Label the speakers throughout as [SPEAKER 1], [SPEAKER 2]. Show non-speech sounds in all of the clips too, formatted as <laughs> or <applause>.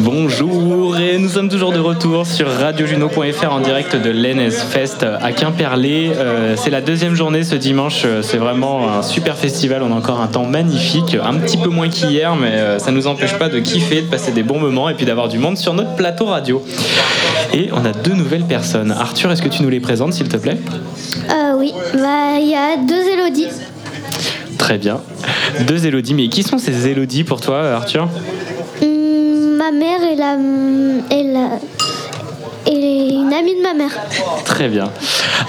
[SPEAKER 1] Bonjour et nous sommes toujours de retour sur radiojuno.fr en direct de l'ENS Fest à Quimperlé. Euh, c'est la deuxième journée ce dimanche, euh, c'est vraiment un super festival, on a encore un temps magnifique, un petit peu moins qu'hier mais euh, ça nous empêche pas de kiffer, de passer des bons moments et puis d'avoir du monde sur notre plateau radio. Et on a deux nouvelles personnes. Arthur, est-ce que tu nous les présentes s'il te plaît
[SPEAKER 2] Euh, oui, bah il y a deux Elodie.
[SPEAKER 1] Très bien. Deux Élodie, mais qui sont ces Élodie pour toi Arthur
[SPEAKER 2] Hum, ma mère et la, et la- et une amie de ma mère.
[SPEAKER 1] Très bien.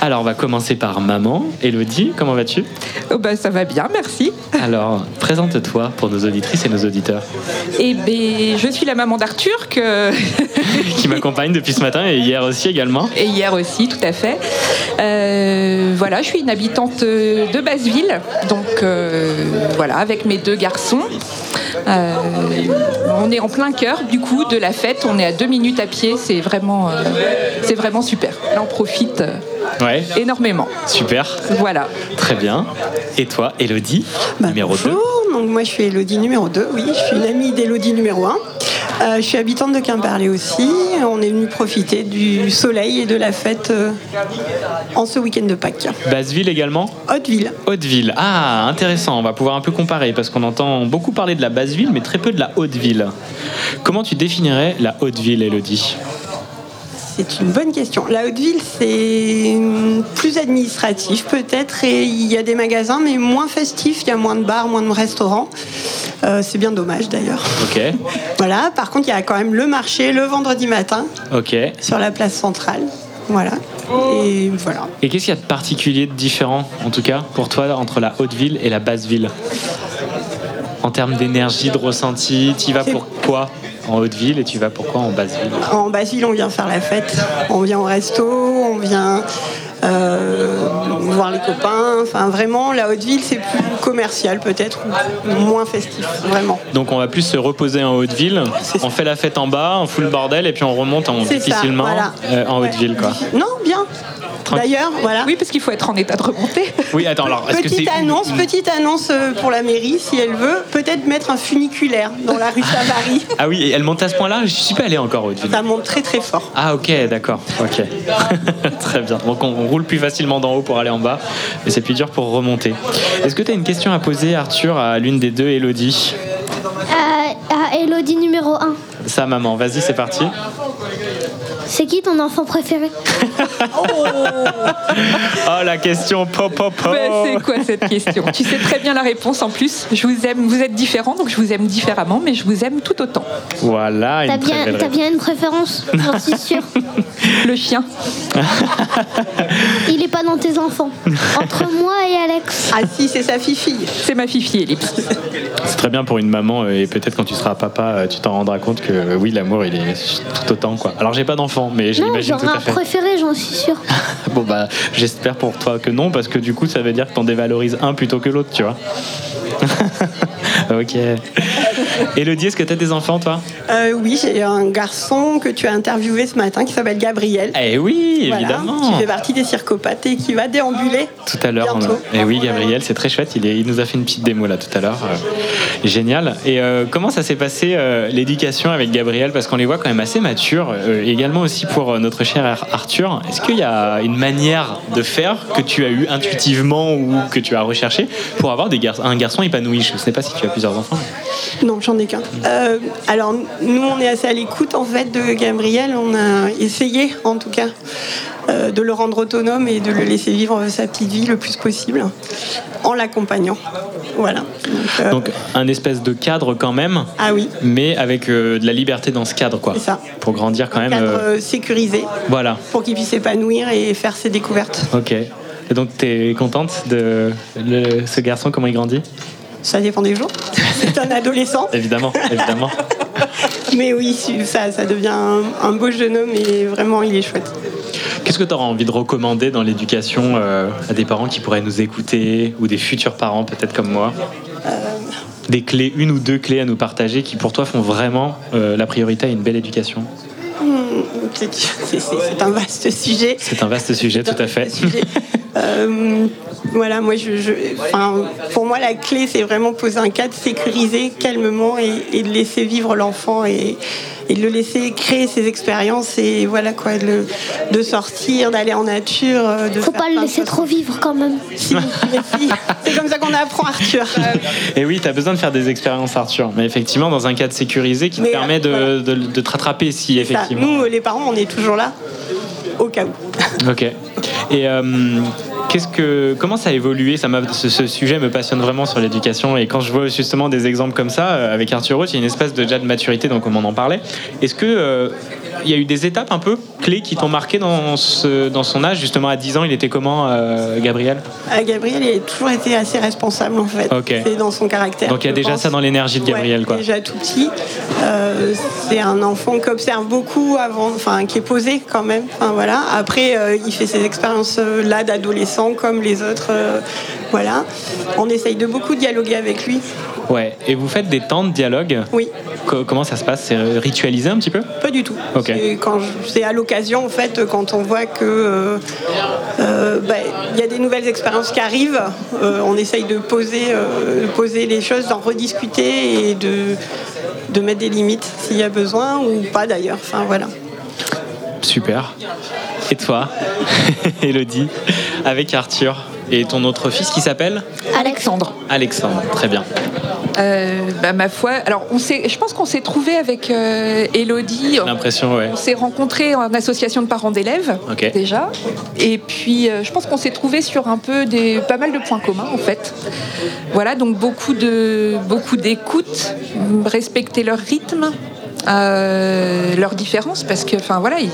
[SPEAKER 1] Alors on va commencer par maman. Élodie, comment vas-tu
[SPEAKER 3] Oh bah, ça va bien, merci.
[SPEAKER 1] Alors, présente-toi pour nos auditrices et nos auditeurs
[SPEAKER 3] Et ben, je suis la maman d'Arthur que <laughs>
[SPEAKER 1] qui m'accompagnent depuis ce matin et hier aussi également.
[SPEAKER 3] et hier aussi, tout à fait. Euh, voilà, je suis une habitante de Basseville, donc euh, voilà, avec mes deux garçons. Euh, on est en plein cœur du coup de la fête. On est à deux minutes à pied. C'est vraiment, euh, c'est vraiment super. Là, on profite euh,
[SPEAKER 1] Ouais,
[SPEAKER 3] énormément.
[SPEAKER 1] super,
[SPEAKER 3] Voilà.
[SPEAKER 1] très bien. Et toi, Elodie,
[SPEAKER 4] Bah,
[SPEAKER 1] numéro 2
[SPEAKER 4] bonjour, donc moi je suis Elodie numéro 2, oui, je suis une amie d'Elodie numéro 1. je suis habitante de Quimperlé aussi. On est venu profiter du soleil et de la fête euh, en ce week-end de Pâques.
[SPEAKER 1] Basseville également
[SPEAKER 4] Hauteville.
[SPEAKER 1] Hauteville. Ah, intéressant, on va pouvoir un peu comparer parce qu'on entend beaucoup parler de la Basseville mais très peu de la Haute-Ville. Comment tu définirais la Haute-Ville, Elodie
[SPEAKER 4] C'est une bonne question. La Haute-Ville, c'est plus administratif peut-être et il y a des magasins mais moins festifs, il y a moins de bars, moins de restaurants. Euh, c'est bien dommage d'ailleurs.
[SPEAKER 1] Ok,
[SPEAKER 4] Voilà, par contre, il y a quand même le marché le vendredi matin
[SPEAKER 1] ok. Et
[SPEAKER 4] sur la place centrale. Voilà. Et voilà.
[SPEAKER 1] qu'est-ce qu'il y a de particulier, de différent, en tout cas, pour toi, entre la Haute-Ville et la Basseville En termes d'énergie, de ressenti, tu vas pour quoi en Haute-Ville et tu vas pour quoi en Basseville
[SPEAKER 4] En Basse-Ville, on vient faire la fête. On vient au resto, on vient euh, voir les copains. Enfin, vraiment, la Haute-Ville, c'est plus commercial peut-être, ou moins festif, vraiment.
[SPEAKER 1] Donc on va plus se reposer en Haute-Ville.
[SPEAKER 4] C'est ça.
[SPEAKER 1] On fait la fête en bas, on fout le bordel et puis on remonte en,
[SPEAKER 4] C'est ça,
[SPEAKER 1] difficilement
[SPEAKER 4] voilà.
[SPEAKER 1] euh, en Haute-Ville quoi.
[SPEAKER 4] Non, bien.
[SPEAKER 1] Tranquille.
[SPEAKER 4] D'ailleurs, voilà.
[SPEAKER 3] Oui, parce qu'il faut être en état de remonter.
[SPEAKER 1] Oui, attends, alors est-ce que c'est
[SPEAKER 4] Petite annonce, petite annonce euh, pour la mairie, si elle veut, peut-être mettre un funiculaire dans la rue Savary.
[SPEAKER 1] Ah oui, et elle monte à ce point-là, je suis pas allé encore en Haute-Ville.
[SPEAKER 4] Ça monte très très fort.
[SPEAKER 1] Ah ok, d'accord, ok. <laughs> Très bien. Donc on, on roule plus facilement d'en haut pour aller en bas, mais c'est plus dur pour remonter. Est-ce que tu as une question à poser Arthur à l'une des deux, Elodie
[SPEAKER 2] Euh, à Elodie numéro 1.
[SPEAKER 1] Sa maman, vas-y, c'est parti.
[SPEAKER 2] C'est qui ton enfant préféré
[SPEAKER 1] Oh la question pop pop pop.
[SPEAKER 2] Bah,
[SPEAKER 3] Ben, c'est quoi cette question Tu sais très bien la réponse en plus. Je vous aime, vous êtes différents, donc je vous aime différemment, mais je vous aime tout autant.
[SPEAKER 1] Voilà,
[SPEAKER 2] T'as
[SPEAKER 1] une très
[SPEAKER 2] bien,
[SPEAKER 1] belle
[SPEAKER 2] t'as bien une préférence,
[SPEAKER 1] <laughs>
[SPEAKER 2] j'en suis sûre.
[SPEAKER 3] Le chien.
[SPEAKER 2] Il est pas dans tes enfants.
[SPEAKER 1] <laughs>
[SPEAKER 2] Entre moi et Alex.
[SPEAKER 4] Ah si, c'est sa fille
[SPEAKER 3] C'est ma fifi Ellipse.
[SPEAKER 1] C'est très bien pour une maman euh, et peut-être quand tu seras papa, euh, tu t'en rendras compte que euh, oui, l'amour il est tout autant quoi. Alors j'ai pas d'enfant, mais je
[SPEAKER 2] Non,
[SPEAKER 1] l'imagine tout
[SPEAKER 2] j'aurais
[SPEAKER 1] à
[SPEAKER 2] un
[SPEAKER 1] fait.
[SPEAKER 2] préféré, j'en suis sûre.
[SPEAKER 1] Bon bah j'espère pour toi que non parce que du coup ça veut dire que t'en dévalorises un plutôt que l'autre, tu vois. <laughs> ok. Elodie, est-ce que t'as des enfants toi
[SPEAKER 4] Euh, oui, j'ai un garçon que tu as interviewé ce matin qui s'appelle Gabriel.
[SPEAKER 1] Eh oui,
[SPEAKER 4] Voilà,
[SPEAKER 1] évidemment.
[SPEAKER 4] qui fait partie des circopathes et qui va déambuler.
[SPEAKER 1] Tout à l'heure.
[SPEAKER 4] Bientôt.
[SPEAKER 1] Et oui, Gabriel, c'est très chouette. Il, est- il nous a fait une petite démo là tout à l'heure. Euh, génial. Et euh, comment ça s'est passé euh, l'éducation avec Gabriel Parce qu'on les voit quand même assez matures. Euh, également aussi pour euh, notre cher Ar- Arthur. Est-ce qu'il y a une manière de faire que tu as eu intuitivement ou que tu as recherché pour avoir des gar- un garçon épanoui Je ne sais pas si tu as plusieurs enfants.
[SPEAKER 4] Non, j'en ai qu'un. Euh, alors, nous, on est assez à l'écoute en fait de Gabriel. On a essayé, en tout cas, euh, de le rendre autonome et de le laisser vivre sa petite vie le plus possible en l'accompagnant. Voilà. Donc, euh,
[SPEAKER 1] Donc un espèce de cadre quand même,
[SPEAKER 4] ah oui,
[SPEAKER 1] mais avec euh, de la liberté dans ce cadre, quoi.
[SPEAKER 4] C'est ça.
[SPEAKER 1] Pour grandir quand même.
[SPEAKER 4] cadre
[SPEAKER 1] euh,
[SPEAKER 4] euh, sécurisé
[SPEAKER 1] voilà.
[SPEAKER 4] pour qu'il puisse s'épanouir et faire ses découvertes.
[SPEAKER 1] Ok. Et donc, t'es contente de le- ce garçon, comment il grandit
[SPEAKER 4] Ça dépend
[SPEAKER 1] <laughs>
[SPEAKER 4] des jours. C'est un adolescent.
[SPEAKER 1] Évidemment, évidemment.
[SPEAKER 4] Mais oui, ça, ça devient un, un beau jeune homme et vraiment, il est chouette.
[SPEAKER 1] Qu'est-ce que tu auras envie de recommander dans l'éducation euh, à des parents qui pourraient nous écouter ou des futurs parents, peut-être comme moi
[SPEAKER 4] Euh.
[SPEAKER 1] Des clés, une ou deux clés à nous partager qui, pour toi, font vraiment euh, la priorité à une belle éducation
[SPEAKER 4] C'est- C'est c'est- c'est un vaste sujet.
[SPEAKER 1] C'est un vaste sujet, tout à fait.
[SPEAKER 4] Sujet. Euh, voilà, moi, je, je- enfin, pour moi, la clé, c'est vraiment poser un cadre sécurisé, calmement, et, et de laisser vivre l'enfant et, et de le laisser créer ses expériences et voilà quoi, de, le- de sortir, d'aller en nature. euh, De
[SPEAKER 2] Faut
[SPEAKER 4] faire
[SPEAKER 2] pas le
[SPEAKER 4] plein de
[SPEAKER 2] laisser
[SPEAKER 4] choses.
[SPEAKER 2] trop vivre quand même.
[SPEAKER 4] <laughs> Si, mais si. C'est comme ça qu'on apprend,
[SPEAKER 1] <laughs>
[SPEAKER 4] Arthur.
[SPEAKER 1] Et oui, tu as besoin de faire des expériences, Arthur. Mais effectivement, dans un cadre sécurisé qui te
[SPEAKER 4] Mais, euh,
[SPEAKER 1] permet de,
[SPEAKER 4] voilà.
[SPEAKER 1] de- de te rattraper si
[SPEAKER 4] Ça,
[SPEAKER 1] effectivement.
[SPEAKER 4] nous, les parents, on est toujours là, au cas où.
[SPEAKER 1] Ok. Et euh, qu'est-ce que, comment ça a évolué ça m'a- ce, ce sujet me passionne vraiment sur l'éducation. Et quand je vois justement des exemples comme ça, euh, avec Arthur Roth, il y a une espèce de, déjà de maturité, donc on en parlait. Est-ce que euh, il y a eu des étapes un peu clés qui t'ont marqué dans, ce, dans son âge Justement, à 10 ans, il était comment, euh, Gabriel
[SPEAKER 4] Euh, Gabriel il a toujours été assez responsable en fait.
[SPEAKER 1] Ok.
[SPEAKER 4] C'est dans son caractère.
[SPEAKER 1] Donc il y a
[SPEAKER 4] je
[SPEAKER 1] déjà
[SPEAKER 4] pense.
[SPEAKER 1] ça dans l'énergie de Gabriel,
[SPEAKER 4] Ouais,
[SPEAKER 1] quoi.
[SPEAKER 4] Déjà tout petit. Euh, c'est un enfant qu'observe beaucoup avant, enfin qui est posé quand même. Enfin, voilà. Après euh, il fait ses expériences euh, là d'adolescent comme les autres. euh, voilà. On essaye de beaucoup dialoguer avec lui.
[SPEAKER 1] Ouais. Et vous faites des temps de dialogue
[SPEAKER 4] Oui.
[SPEAKER 1] Co- Comment ça se passe C'est ritualisé un petit peu
[SPEAKER 4] Pas du tout.
[SPEAKER 1] Ok.
[SPEAKER 4] C'est quand je- C'est à l'occasion, en fait, quand on voit que euh, euh, bah, il y a des nouvelles expériences qui arrivent, euh, on essaye de poser, euh, de poser les choses, d'en rediscuter et de, de mettre des limites s'il y a besoin ou pas d'ailleurs. Enfin voilà.
[SPEAKER 1] Super. Et toi, <laughs> Elodie, avec Arthur et ton autre fils qui s'appelle
[SPEAKER 3] Alexandre.
[SPEAKER 1] Alexandre. Très bien.
[SPEAKER 3] Euh, bah, ma foi, alors on s'est, je pense qu'on s'est trouvé avec euh, Elodie.
[SPEAKER 1] J'ai L'impression, ouais.
[SPEAKER 3] On s'est rencontrés en association de parents d'élèves
[SPEAKER 1] Ok.
[SPEAKER 3] déjà, et puis euh, je pense qu'on s'est trouvé sur un peu des pas mal de points communs en fait. Voilà donc beaucoup de beaucoup d'écoute, respecter leur rythme. euh, leurs différences parce que enfin voilà il-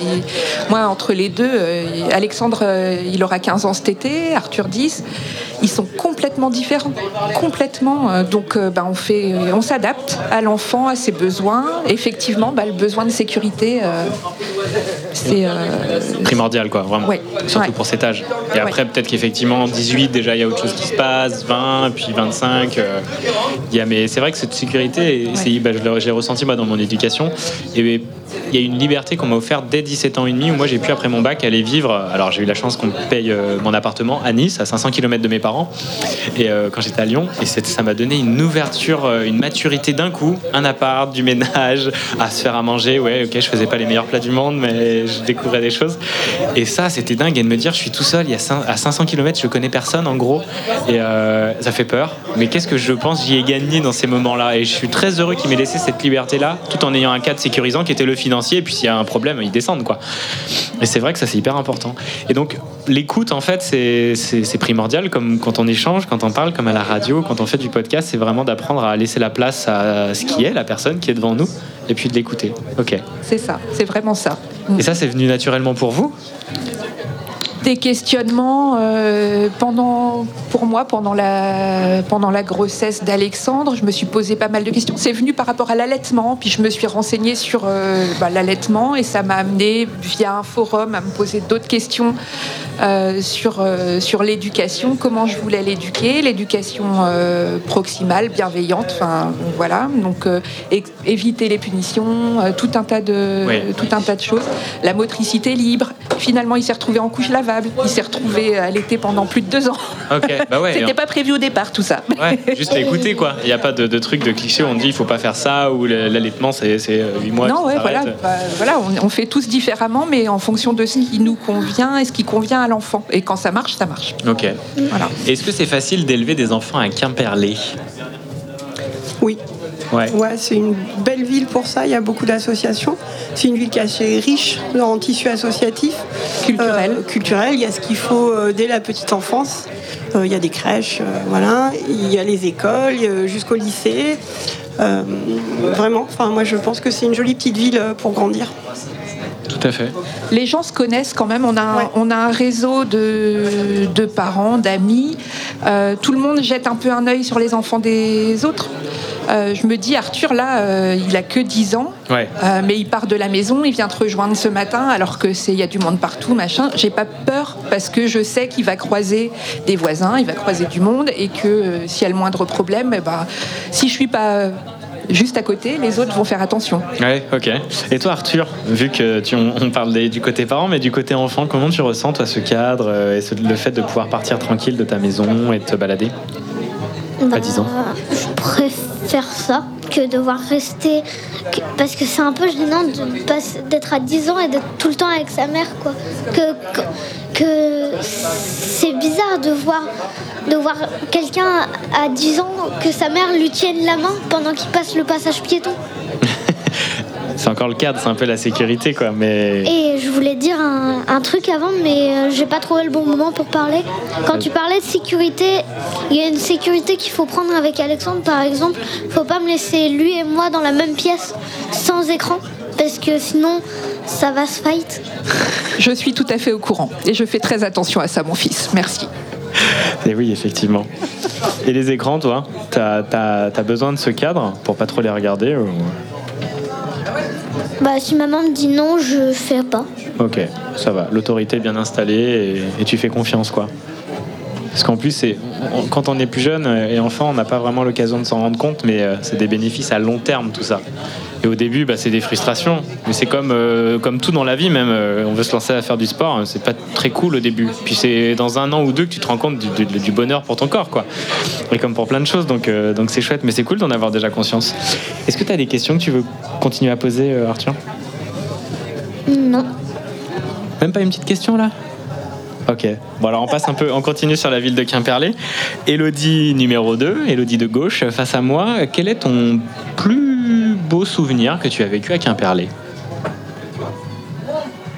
[SPEAKER 3] moi entre les deux euh, Alexandre euh, il aura 15 ans cet été Arthur 10 ils sont complètement différents complètement euh, donc euh, bah, on fait on s'adapte à l'enfant à ses besoins effectivement bah, le besoin de sécurité euh, c'est euh,
[SPEAKER 1] Primordial, quoi, vraiment.
[SPEAKER 3] Ouais.
[SPEAKER 1] Surtout
[SPEAKER 3] Ouais.
[SPEAKER 1] pour cet âge. Et
[SPEAKER 3] Ouais.
[SPEAKER 1] après, peut-être qu'effectivement, 18, déjà, il y a autre chose qui se passe, 20, puis 25. euh, il y a, mais c'est vrai que cette sécurité, et c'est- bah, je l'ai je l'ai ressenti, moi, dans mon éducation. Et il y a une liberté qu'on m'a offerte dès 17 ans et demi, où moi, j'ai pu, après mon bac, aller vivre. euh, Alors, j'ai eu la chance qu'on me paye euh, mon appartement à Nice, à 500 km de mes parents, et euh, quand j'étais à Lyon. Et c'était- ça m'a donné une ouverture, euh, une maturité d'un coup, un appart, du ménage, à se faire à manger. Ouais, ok, je faisais pas les meilleurs plats du monde, mais je découvrais des choses. Et ça, c'était dingue. Et de me dire, je suis tout seul, il y a cin- à 500 km, je connais personne, en gros. Et euh, ça fait peur. Mais qu'est-ce que je pense j'y ai gagné dans ces moments-là Et je suis très heureux qu'il m'ait laissé cette liberté-là, tout en ayant un cadre sécurisant qui était le financier. Et puis s'il y a un problème, ils descendent, quoi. Et c'est vrai que ça, c'est hyper important. Et donc, l'écoute, en fait, c'est- c'est c'est primordial, comme quand on échange, quand on parle, comme à la radio, quand on fait du podcast, c'est vraiment d'apprendre à laisser la place à ce qui est, la personne qui est devant nous, et puis de l'écouter. Ok.
[SPEAKER 3] c'est ça c'est vraiment ça
[SPEAKER 1] Et ça, c'est venu naturellement pour vous
[SPEAKER 3] des questionnements euh, pendant, pour moi, pendant la, pendant la grossesse d'Alexandre. Je me suis posé pas mal de questions. C'est venu par rapport à l'allaitement, puis je me suis renseignée sur euh, bah, l'allaitement et ça m'a amené via un forum à me poser d'autres questions euh, sur, euh, sur l'éducation, comment je voulais l'éduquer, l'éducation euh, proximale, bienveillante, enfin voilà. Donc euh, é- éviter les punitions, euh, tout un tas de
[SPEAKER 1] Oui.
[SPEAKER 3] tout un tas de choses. La motricité libre. Finalement, il s'est retrouvé en couche lavable. Il s'est retrouvé euh, à l'été pendant plus de deux ans.
[SPEAKER 1] Ok, bah
[SPEAKER 3] <laughs>
[SPEAKER 1] ouais.
[SPEAKER 3] C'était pas prévu au départ, tout ça.
[SPEAKER 1] Ouais, juste à écouter quoi. Il n'y a pas de, de truc de cliché où on dit il faut pas faire ça ou le- l'allaitement c'est 8 mois.
[SPEAKER 3] non,
[SPEAKER 1] ça
[SPEAKER 3] ouais,
[SPEAKER 1] s'arrête.
[SPEAKER 3] voilà, bah, voilà on, on fait tous différemment, mais en fonction de ce qui nous convient et ce qui convient à l'enfant. Et quand ça marche, ça marche.
[SPEAKER 1] Ok.
[SPEAKER 3] Voilà.
[SPEAKER 1] Est-ce que c'est facile d'élever des enfants à Quimperlé
[SPEAKER 4] Oui.
[SPEAKER 1] Ouais.
[SPEAKER 4] Ouais, c'est une belle ville pour ça. Il y a beaucoup d'associations. C'est une ville qui est assez riche en tissu associatif,
[SPEAKER 3] Culturel.
[SPEAKER 4] Euh, culturel. Il y a ce qu'il faut euh, dès la petite enfance. Euh, il y a des crèches, euh, voilà. Il y a les écoles euh, jusqu'au lycée. Euh, vraiment. Enfin, moi, je pense que c'est une jolie petite ville euh, pour grandir.
[SPEAKER 1] Tout à fait.
[SPEAKER 3] les gens se connaissent quand même. On a, un-
[SPEAKER 4] Ouais.
[SPEAKER 3] on a un réseau de, de parents, d'amis. Euh, tout le monde jette un peu un œil sur les enfants des autres. Euh, je me dis, Arthur, là, euh, il a que 10 ans,
[SPEAKER 1] Ouais.
[SPEAKER 3] Euh, mais il part de la maison, il vient te rejoindre ce matin, alors que c'est il y a du monde partout, machin. J'ai pas peur parce que je sais qu'il va croiser des voisins, il va croiser du monde, et que euh, s'il y a le moindre problème, eh ben, si je suis pas juste à côté, les autres vont faire attention.
[SPEAKER 1] Ouais, ok. Et toi, Arthur, vu que tu, on on parle des- du côté parent, mais du côté enfant, comment tu ressens, toi, ce cadre euh, et ce- le fait de pouvoir partir tranquille de ta maison et de te balader
[SPEAKER 2] Bah,
[SPEAKER 1] 10 ans.
[SPEAKER 2] Je préfère ça que devoir rester. que- parce que c'est un peu gênant de passer- d'être à 10 ans et d'être tout le temps avec sa mère. Quoi. Que, que, que c'est bizarre de voir, de voir quelqu'un à 10 ans que sa mère lui tienne la main pendant qu'il passe le passage piéton.
[SPEAKER 1] C'est encore le cadre, c'est un peu la sécurité, quoi, mais...
[SPEAKER 2] Et Eh, je voulais dire un, un truc avant, mais euh, j'ai pas trouvé le bon moment pour parler. Quand tu parlais de sécurité, il y a une sécurité qu'il faut prendre avec Alexandre, par exemple. Faut pas me laisser lui et moi dans la même pièce sans écran, parce que sinon ça va se fight.
[SPEAKER 3] Je suis tout à fait au courant et je fais très attention à ça, mon fils. Merci.
[SPEAKER 1] Et oui, effectivement. Et les écrans, toi T'as as, besoin de ce cadre pour pas trop les regarder ou-
[SPEAKER 2] Bah si maman me dit non, je fais pas.
[SPEAKER 1] Ok, ça va. L'autorité est bien installée et, et tu fais confiance, quoi. Parce qu'en plus, c'est- on- quand on est plus jeune euh, et enfant, on n'a pas vraiment l'occasion de s'en rendre compte, mais euh, c'est des bénéfices à long terme, tout ça. Et au début, bah, c'est des frustrations. Mais c'est comme, euh, comme tout dans la vie, même. euh, on veut se lancer à faire du sport, hein, c'est pas très cool au début. Puis c'est dans un an ou deux que tu te rends compte du, du- du bonheur pour ton corps, quoi. Et comme pour plein de choses, donc euh, donc c'est chouette, mais c'est cool d'en avoir déjà conscience. Est-ce que tu as des questions que tu veux continuer à poser, euh, Arthur
[SPEAKER 2] Non.
[SPEAKER 1] même pas une petite question là Ok. Bon alors on passe un peu, on continue sur la ville de Quimperlé. Elodie numéro 2, Elodie de gauche, face à moi, quel est ton plus beau souvenir que tu as vécu à Quimperlé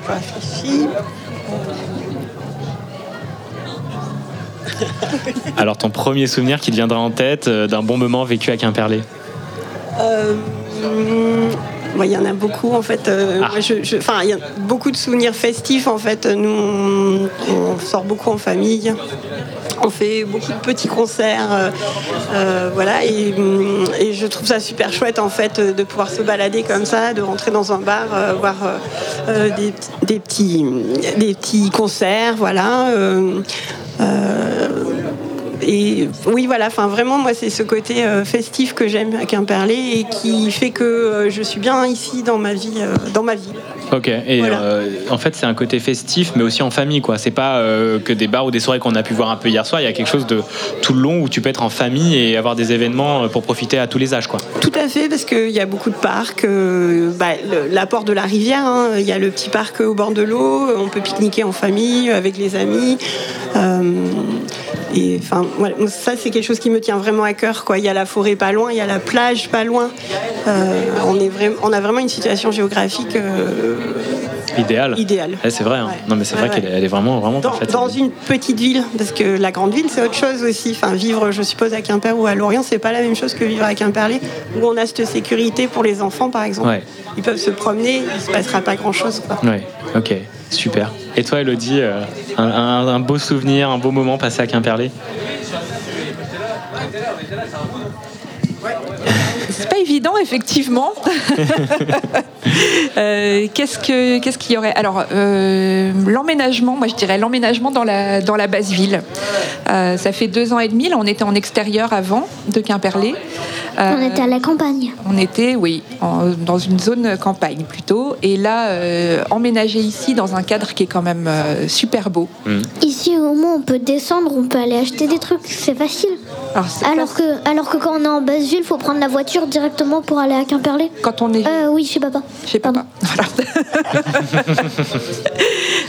[SPEAKER 4] Je réfléchis.
[SPEAKER 1] Alors ton premier souvenir qui te viendra en tête euh, d'un bon moment vécu à Quimperlé
[SPEAKER 4] Euh, ouais, Il y en a beaucoup en fait. Euh,
[SPEAKER 1] Ah.
[SPEAKER 4] moi, je- je- Enfin, il y a beaucoup de souvenirs festifs en fait. Nous, on, on sort beaucoup en famille. On fait beaucoup de petits concerts, euh, euh, voilà, et, hum, et je trouve ça super chouette en fait de pouvoir se balader comme ça, de rentrer dans un bar, euh, voir euh, euh, des, des petits, des petits concerts, voilà. euh, euh, et oui, voilà, enfin vraiment, moi, c'est ce côté euh, festif que j'aime à Quimperlé et qui fait que euh, je suis bien ici dans ma vie. euh, dans ma vie.
[SPEAKER 1] Ok, et
[SPEAKER 4] Voilà.
[SPEAKER 1] euh, en fait c'est un côté festif mais aussi en famille quoi. C'est pas euh, que des bars ou des soirées qu'on a pu voir un peu hier soir, il y a quelque chose de tout le long où tu peux être en famille et avoir des événements euh, pour profiter à tous les âges quoi.
[SPEAKER 4] Tout à fait, parce qu'il y a beaucoup de parcs. euh, bah, le- L'apport de la rivière, hein, il y a le petit parc au bord de l'eau, on peut pique-niquer en famille, avec les amis. euh, et enfin, voilà, moi, ça, c'est quelque chose qui me tient vraiment à cœur. Quoi. Il y a la forêt pas loin, il y a la plage pas loin. Euh, on, est vraiment, on a vraiment une situation géographique euh,
[SPEAKER 1] Idéal.
[SPEAKER 4] idéale.
[SPEAKER 1] Ouais, c'est vrai, hein.
[SPEAKER 4] Ouais.
[SPEAKER 1] non mais c'est
[SPEAKER 4] Ouais,
[SPEAKER 1] vrai
[SPEAKER 4] ouais.
[SPEAKER 1] qu'elle est- elle est vraiment, vraiment
[SPEAKER 4] Dans,
[SPEAKER 1] parfaite.
[SPEAKER 4] dans une petite ville, parce que la grande ville, c'est autre chose aussi. Enfin, vivre, je suppose, à Quimper ou à Lorient, c'est pas la même chose que vivre à Quimperlé, où on a cette sécurité pour les enfants, par exemple.
[SPEAKER 1] Ouais.
[SPEAKER 4] Ils peuvent se promener, il se passera pas grand-chose. quoi.
[SPEAKER 1] Ouais, ok, super. Et toi, Elodie, euh, un, un- un beau souvenir, un beau moment passé à Quimperlé
[SPEAKER 3] C'est pas évident, effectivement. <laughs> Euh, qu'est-ce que qu'est-ce qu'il y aurait Alors euh, l'emménagement, moi je dirais l'emménagement dans la dans la basse ville. Euh, ça fait deux ans et demi. Là, on était en extérieur avant de Quimperlé. Euh,
[SPEAKER 2] On était à la campagne.
[SPEAKER 3] on était, oui, en- dans une zone campagne plutôt. Et là, euh, emménagé ici dans un cadre qui est quand même euh, super beau.
[SPEAKER 2] Ici au moins on peut descendre, on peut aller acheter des trucs, c'est facile.
[SPEAKER 3] Alors, c'est
[SPEAKER 2] Alors que, alors que quand on est en basse ville, faut prendre la voiture directement pour aller à Quimperlé.
[SPEAKER 3] quand on est
[SPEAKER 2] Euh, oui, chez papa.
[SPEAKER 3] Chez papa. Voilà. <laughs>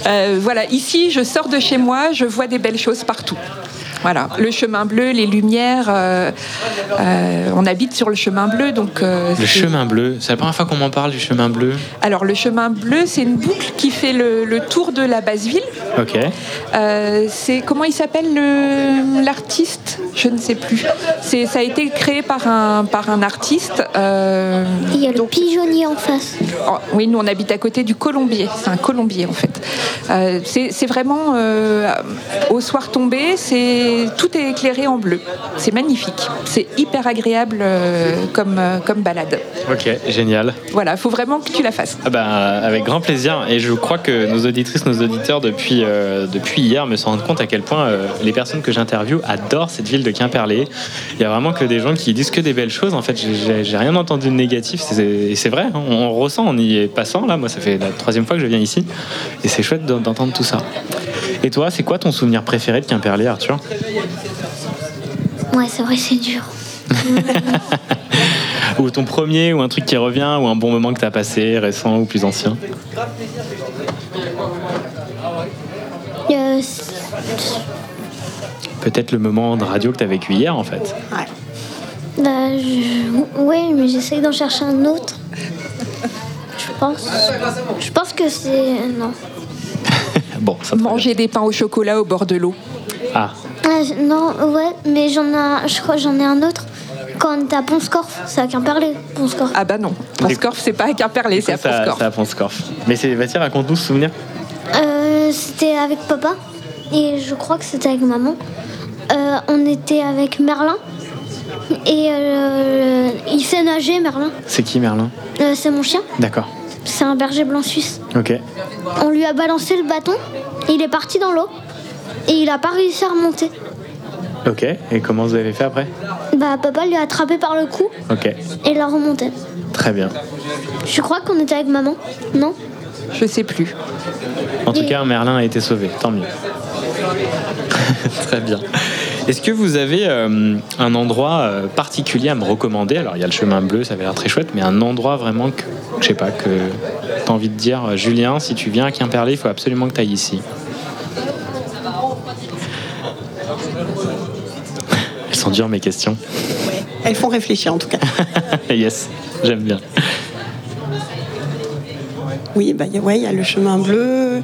[SPEAKER 3] Euh, voilà, ici, je sors de chez moi, je vois des belles choses partout. Voilà, le chemin bleu, les lumières. euh, euh, on habite sur le chemin bleu, donc. euh,
[SPEAKER 1] Le
[SPEAKER 3] c'est-
[SPEAKER 1] chemin bleu, c'est la première fois qu'on m'en parle du chemin bleu.
[SPEAKER 3] Alors, le chemin bleu, c'est une boucle qui fait le, le tour de la basse ville.
[SPEAKER 1] Ok,
[SPEAKER 3] Euh, c'est comment il s'appelle le- l'artiste Je ne sais plus. C'est ça a été créé par un par un artiste. euh,
[SPEAKER 2] Il y a le
[SPEAKER 3] donc-
[SPEAKER 2] pigeonnier en face.
[SPEAKER 3] Oh, oui, nous on habite à côté du Colombier. C'est un Colombier en fait. Euh, c'est c'est vraiment euh, au soir tombé. C'est c'est tout est éclairé en bleu. C'est magnifique. C'est hyper agréable euh, comme, euh, comme balade.
[SPEAKER 1] Ok, génial.
[SPEAKER 3] Voilà, il faut vraiment que tu la fasses.
[SPEAKER 1] Ah ben, euh, avec grand plaisir. Et je crois que nos auditrices, nos auditeurs, depuis, euh, depuis hier, me se rendent compte à quel point euh, les personnes que j'interviewe adorent cette ville de Quimperlé. Il y a vraiment que des gens qui disent que des belles choses. En fait, j'ai- j'ai j'ai rien entendu de négatif. C'est- Et c'est vrai, hein. on, on ressent en y est passant. Là, moi, ça fait la troisième fois que je viens ici. Et c'est chouette d'en- d'entendre tout ça. Et toi, c'est quoi ton souvenir préféré de Quimperlé, Arthur
[SPEAKER 2] Ouais, c'est vrai, c'est dur.
[SPEAKER 1] Ou ton premier, ou un truc qui revient, ou un bon moment que t'as passé, récent ou plus ancien
[SPEAKER 2] Euh, c'est-
[SPEAKER 1] Peut-être le moment de radio que t'as vécu hier, en fait.
[SPEAKER 4] Ouais.
[SPEAKER 2] bah, je- Ouais, mais j'essaye d'en chercher un autre. Je pense. Je pense que c'est. Non.
[SPEAKER 1] Bon, ça te
[SPEAKER 3] Manger des pains au chocolat au bord de l'eau.
[SPEAKER 1] revient. Ah,
[SPEAKER 2] Ah, je- non, ouais, mais j'en ai, un- je crois que j'en ai un autre. Quand t'as Ponscorf, ça a qu'un parler, Ponscorf.
[SPEAKER 3] Ah bah non, Proscorf, c'est pas à Quimperlé, c'est à
[SPEAKER 1] ça,
[SPEAKER 3] Proscorf.
[SPEAKER 1] ça pense Corf. Mais c'est, vas-y, raconte-nous ce souvenir.
[SPEAKER 2] Euh, c'était avec papa et je crois que c'était avec maman. Euh, on était avec Merlin et euh, il sait nager, Merlin.
[SPEAKER 1] C'est qui Merlin
[SPEAKER 2] Euh, c'est mon chien,
[SPEAKER 1] D'accord.
[SPEAKER 2] c'est un berger blanc suisse.
[SPEAKER 1] Ok.
[SPEAKER 2] On lui a balancé le bâton, et il est parti dans l'eau et il a pas réussi à remonter.
[SPEAKER 1] Ok. Et comment vous avez fait après
[SPEAKER 2] Bah, papa lui a attrapé par le cou
[SPEAKER 1] Ok.
[SPEAKER 2] et l'a remonté.
[SPEAKER 1] Très bien.
[SPEAKER 2] Je crois qu'on était avec maman, non
[SPEAKER 3] Je sais plus.
[SPEAKER 1] En tout
[SPEAKER 2] Et-
[SPEAKER 1] cas, Merlin a été sauvé. Tant mieux. <laughs> Très bien. Est-ce que vous avez euh, un endroit euh, particulier à me recommander Alors, il y a le chemin bleu, ça avait l'air très chouette, mais un endroit vraiment que, je sais pas, que t'as envie de dire, euh, Julien, si tu viens à Quimperlé, il faut absolument que t'ailles ici. Elles sont dures, mes questions.
[SPEAKER 4] Elles font réfléchir en tout cas.
[SPEAKER 1] yes, j'aime bien.
[SPEAKER 4] Oui, bah, y a- ouais, il y a le chemin bleu.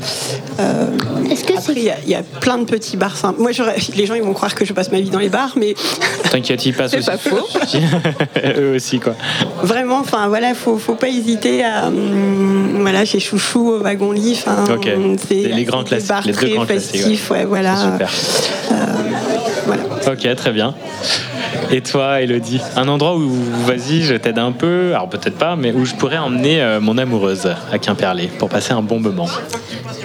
[SPEAKER 4] euh,
[SPEAKER 2] Est-ce que
[SPEAKER 4] après,
[SPEAKER 2] c'est
[SPEAKER 4] il y, a- il y a plein de petits bars simples. Moi, j'aurais- les gens, ils vont croire que je passe ma vie dans les bars, mais
[SPEAKER 1] T'inquiète, ils passent
[SPEAKER 3] C'est
[SPEAKER 1] aussi.
[SPEAKER 3] pas faux.
[SPEAKER 1] <laughs> Eux aussi, quoi.
[SPEAKER 4] vraiment, enfin, voilà, faut, faut pas hésiter à, hum, voilà, chez Chouchou, au wagon lit. enfin, hum,
[SPEAKER 1] Ok. Les- les grands
[SPEAKER 4] des
[SPEAKER 1] classiques,
[SPEAKER 4] bars
[SPEAKER 1] les deux
[SPEAKER 4] très
[SPEAKER 1] grands classiques,
[SPEAKER 4] festifs, ouais,
[SPEAKER 3] Ah.
[SPEAKER 4] voilà.
[SPEAKER 1] Super.
[SPEAKER 4] voilà.
[SPEAKER 1] Ok, très bien. Et toi, Elodie Un endroit où, vas-y, je t'aide un peu, alors peut-être pas, mais où je pourrais emmener euh, mon amoureuse à Quimperlé pour passer un bon moment.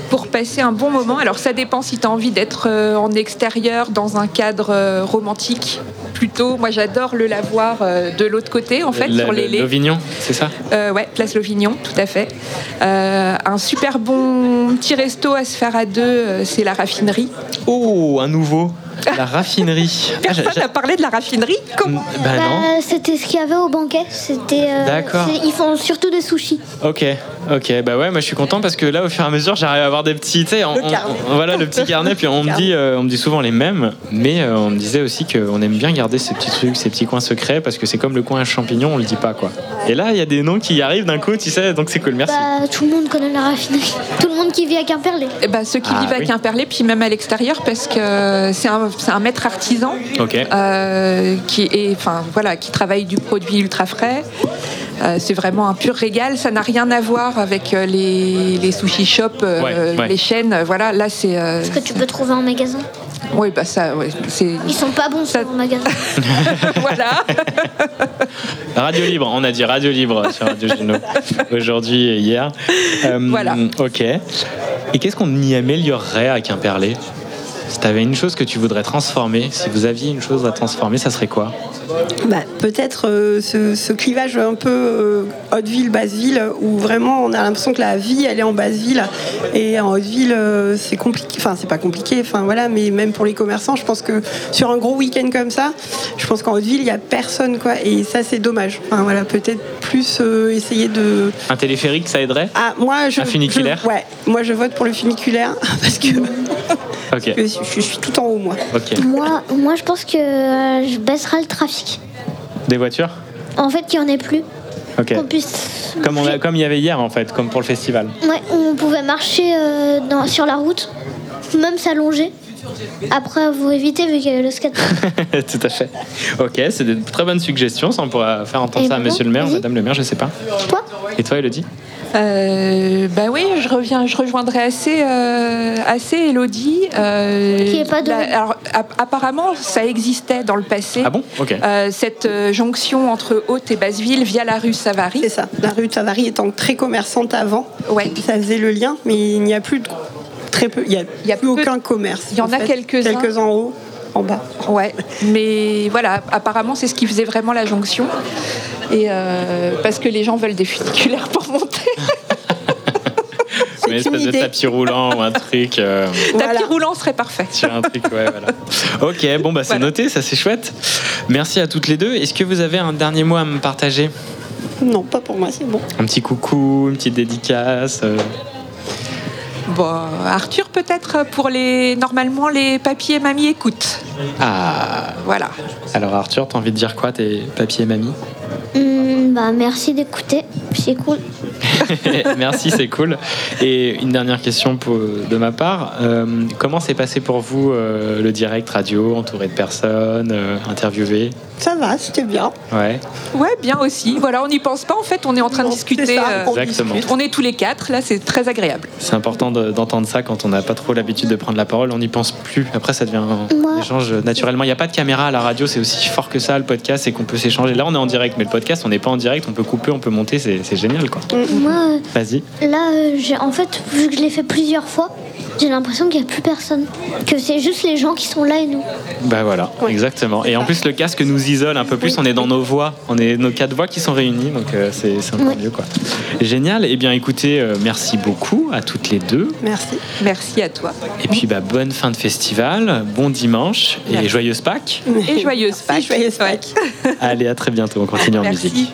[SPEAKER 3] pour passer un bon moment. Alors ça dépend si tu as envie d'être euh, en extérieur, dans un cadre euh, romantique plutôt. Moi j'adore le lavoir euh, de l'autre côté en fait,
[SPEAKER 1] Le-
[SPEAKER 3] sur
[SPEAKER 1] le-
[SPEAKER 3] les lais.
[SPEAKER 1] L'Auvignon, c'est ça
[SPEAKER 3] Euh, ouais, place Lovignon, tout à fait. Euh, un super bon petit resto à se faire à deux, euh, c'est la raffinerie.
[SPEAKER 1] Oh, un nouveau La raffinerie. Ah, j'a-
[SPEAKER 3] Personne n'a
[SPEAKER 1] j'a-
[SPEAKER 3] parlé de la raffinerie Comment
[SPEAKER 1] Bah non.
[SPEAKER 2] Bah, c'était ce qu'il y avait au banquet. C'était. euh,
[SPEAKER 1] D'accord.
[SPEAKER 2] c'est- Ils font surtout des sushis.
[SPEAKER 1] Ok, ok, bah ouais, moi je suis content parce que là au fur et à mesure j'arrive à avoir des petits, tu sais, on-
[SPEAKER 4] Le
[SPEAKER 1] on-
[SPEAKER 4] carnet.
[SPEAKER 1] on- voilà le petit carnet, puis on me dit, euh, on me dit souvent les mêmes, mais euh, on me disait aussi qu'on aime bien garder ces petits trucs, ces petits coins secrets parce que c'est comme le coin à champignons, on le dit pas quoi. Et là il y a des noms qui arrivent d'un coup, tu sais, donc c'est cool, merci.
[SPEAKER 2] Bah, tout le monde connaît la raffinerie. Tout le monde qui vit à Quimperlé.
[SPEAKER 3] Eh ben, ceux qui
[SPEAKER 1] Ah,
[SPEAKER 3] vivent à
[SPEAKER 1] oui.
[SPEAKER 3] Quimperlé, puis même à l'extérieur, parce que c'est un, c'est un maître artisan
[SPEAKER 1] Ok.
[SPEAKER 3] euh, qui, est, enfin, voilà, qui travaille du produit ultra frais. Euh, c'est vraiment un pur régal. Ça n'a rien à voir avec euh, les, les sushi shops, euh,
[SPEAKER 1] Ouais, ouais.
[SPEAKER 3] les chaînes. euh, Voilà, là, c'est. euh,
[SPEAKER 2] Que tu peux trouver en magasin.
[SPEAKER 3] oui, bah ça, ouais, c'est. <laughs>
[SPEAKER 2] Ils sont pas bons ça, en
[SPEAKER 1] <laughs>
[SPEAKER 2] magasin.
[SPEAKER 3] voilà.
[SPEAKER 1] Radio Libre, on a dit Radio Libre sur Radio Gino aujourd'hui et hier. Euh,
[SPEAKER 3] Voilà.
[SPEAKER 1] Ok. Et qu'est-ce qu'on y améliorerait à Quimperlé Si t'avais une chose que tu voudrais transformer, si vous aviez une chose à transformer, ça serait quoi
[SPEAKER 4] Bah, peut-être euh, ce, ce clivage un peu euh, haute ville basse ville où vraiment on a l'impression que la vie elle est en basse ville et en haute ville euh, c'est compliqué enfin c'est pas compliqué enfin voilà mais même pour les commerçants je pense que sur un gros week-end comme ça je pense qu'en haute ville il y a personne quoi et ça c'est dommage enfin voilà peut-être plus euh, essayer de
[SPEAKER 1] Un téléphérique, ça aiderait
[SPEAKER 4] ah moi je
[SPEAKER 1] Un funiculaire
[SPEAKER 4] je- ouais moi je vote pour le funiculaire <laughs> parce que,
[SPEAKER 1] Ok,
[SPEAKER 4] que je, je suis tout en haut moi
[SPEAKER 1] ok.
[SPEAKER 2] moi, moi, je pense que euh, je baisserai le trafic.
[SPEAKER 1] Des voitures
[SPEAKER 2] En fait, qu'il n'y en ait plus.
[SPEAKER 1] Ok.
[SPEAKER 2] Qu'on puisse.
[SPEAKER 1] Comme, on a- comme il y avait hier en fait, comme pour le festival. <laughs>
[SPEAKER 2] Ouais, on pouvait marcher euh, dans- sur la route, même s'allonger. Après, vous évitez vu qu'il y a le skate.
[SPEAKER 1] Tout à fait. Ok, c'est de très bonnes suggestions. Ça, on pourra faire entendre
[SPEAKER 2] Et
[SPEAKER 1] ça à
[SPEAKER 2] maintenant,
[SPEAKER 1] monsieur le maire ou
[SPEAKER 2] vas-y.
[SPEAKER 1] madame le maire, je sais pas.
[SPEAKER 2] Toi
[SPEAKER 1] Et toi, Elodie
[SPEAKER 3] Euh, ben oui, je reviens, je rejoindrai assez, euh, assez Elodie. euh,
[SPEAKER 2] Qui est pas de-
[SPEAKER 3] la- alors, app- apparemment, ça existait dans le passé.
[SPEAKER 1] Ah bon Ok.
[SPEAKER 3] Euh, cette euh, jonction entre Haute et Basse-Ville via la rue Savary.
[SPEAKER 4] C'est ça. La rue de Savary étant très commerçante avant,
[SPEAKER 3] Ouais.
[SPEAKER 4] ça faisait le lien, mais il n'y a plus de, très peu. Il n'y a,
[SPEAKER 3] Il y a
[SPEAKER 4] plus
[SPEAKER 3] peu-
[SPEAKER 4] aucun commerce.
[SPEAKER 3] Il y en a quelques-uns.
[SPEAKER 4] Quelques en haut, en bas.
[SPEAKER 3] Ouais, mais voilà, apparemment c'est ce qui faisait vraiment la jonction. Et euh, parce que les gens veulent des funiculaires pour
[SPEAKER 2] <laughs>
[SPEAKER 3] monter.
[SPEAKER 1] Une
[SPEAKER 4] une
[SPEAKER 1] espèce de
[SPEAKER 4] idée.
[SPEAKER 1] tapis roulant ou un truc. euh,
[SPEAKER 4] Voilà.
[SPEAKER 3] Tapis roulant serait parfait.
[SPEAKER 1] sur un truc, ouais, voilà. Ok, bon, bah c'est
[SPEAKER 3] Voilà.
[SPEAKER 1] noté, ça c'est chouette. Merci à toutes les deux. Est-ce que vous avez un dernier mot à me partager
[SPEAKER 4] Non, pas pour moi, c'est bon.
[SPEAKER 1] Un petit coucou, une petite dédicace euh,
[SPEAKER 3] Bon, Arthur peut-être pour les normalement les papiers et mamie écoutent.
[SPEAKER 1] Ah
[SPEAKER 3] Voilà.
[SPEAKER 1] Alors, Arthur, t'as envie de dire quoi, tes papiers et mamie
[SPEAKER 2] Hum, Bah merci d'écouter, c'est cool.
[SPEAKER 1] <laughs> Merci, c'est cool. Et une dernière question pour- de ma part. Euh, comment s'est passé pour vous euh, le direct radio, entouré de personnes, euh, interviewé
[SPEAKER 4] Ça va, c'était bien.
[SPEAKER 1] Ouais,
[SPEAKER 3] Ouais, bien aussi. Voilà, on n'y pense pas en fait, on est en train de
[SPEAKER 4] Bon,
[SPEAKER 3] discuter.
[SPEAKER 4] c'est ça,
[SPEAKER 3] euh,
[SPEAKER 4] on
[SPEAKER 1] Exactement.
[SPEAKER 4] discute.
[SPEAKER 3] on est tous les quatre, là c'est très agréable.
[SPEAKER 1] c'est important de- d'entendre ça quand on n'a pas trop l'habitude de prendre la parole. On n'y pense plus. Après, ça devient un
[SPEAKER 2] Moi-
[SPEAKER 1] échange naturellement. Il n'y a pas de caméra à la radio, c'est aussi fort que ça, le podcast, c'est qu'on peut s'échanger. Là, on est en direct, mais le podcast, on n'est pas en direct, on peut couper, on peut monter, c'est c'est génial, quoi.
[SPEAKER 2] Moi, euh,
[SPEAKER 1] Vas-y.
[SPEAKER 2] là, euh, j'ai- en fait, vu que je l'ai fait plusieurs fois, j'ai l'impression qu'il n'y a plus personne. Que c'est juste les gens qui sont là et nous.
[SPEAKER 1] Bah voilà, exactement. Et en plus, le casque nous isole un peu plus. On est dans nos voix, on est nos quatre voix qui sont réunies, donc euh, c'est c'est encore
[SPEAKER 2] Oui.
[SPEAKER 1] mieux quoi. Génial. Eh bien, écoutez, euh, merci beaucoup à toutes les deux.
[SPEAKER 4] Merci.
[SPEAKER 3] Merci à toi.
[SPEAKER 1] Et puis, bah, bonne fin de festival, bon dimanche et
[SPEAKER 3] Merci.
[SPEAKER 1] joyeuse Pâques.
[SPEAKER 3] Et joyeuse
[SPEAKER 4] <laughs> Merci,
[SPEAKER 3] Pâques.
[SPEAKER 4] joyeuse Pâques.
[SPEAKER 1] Allez, à très bientôt. On continue en
[SPEAKER 3] Merci.
[SPEAKER 1] musique.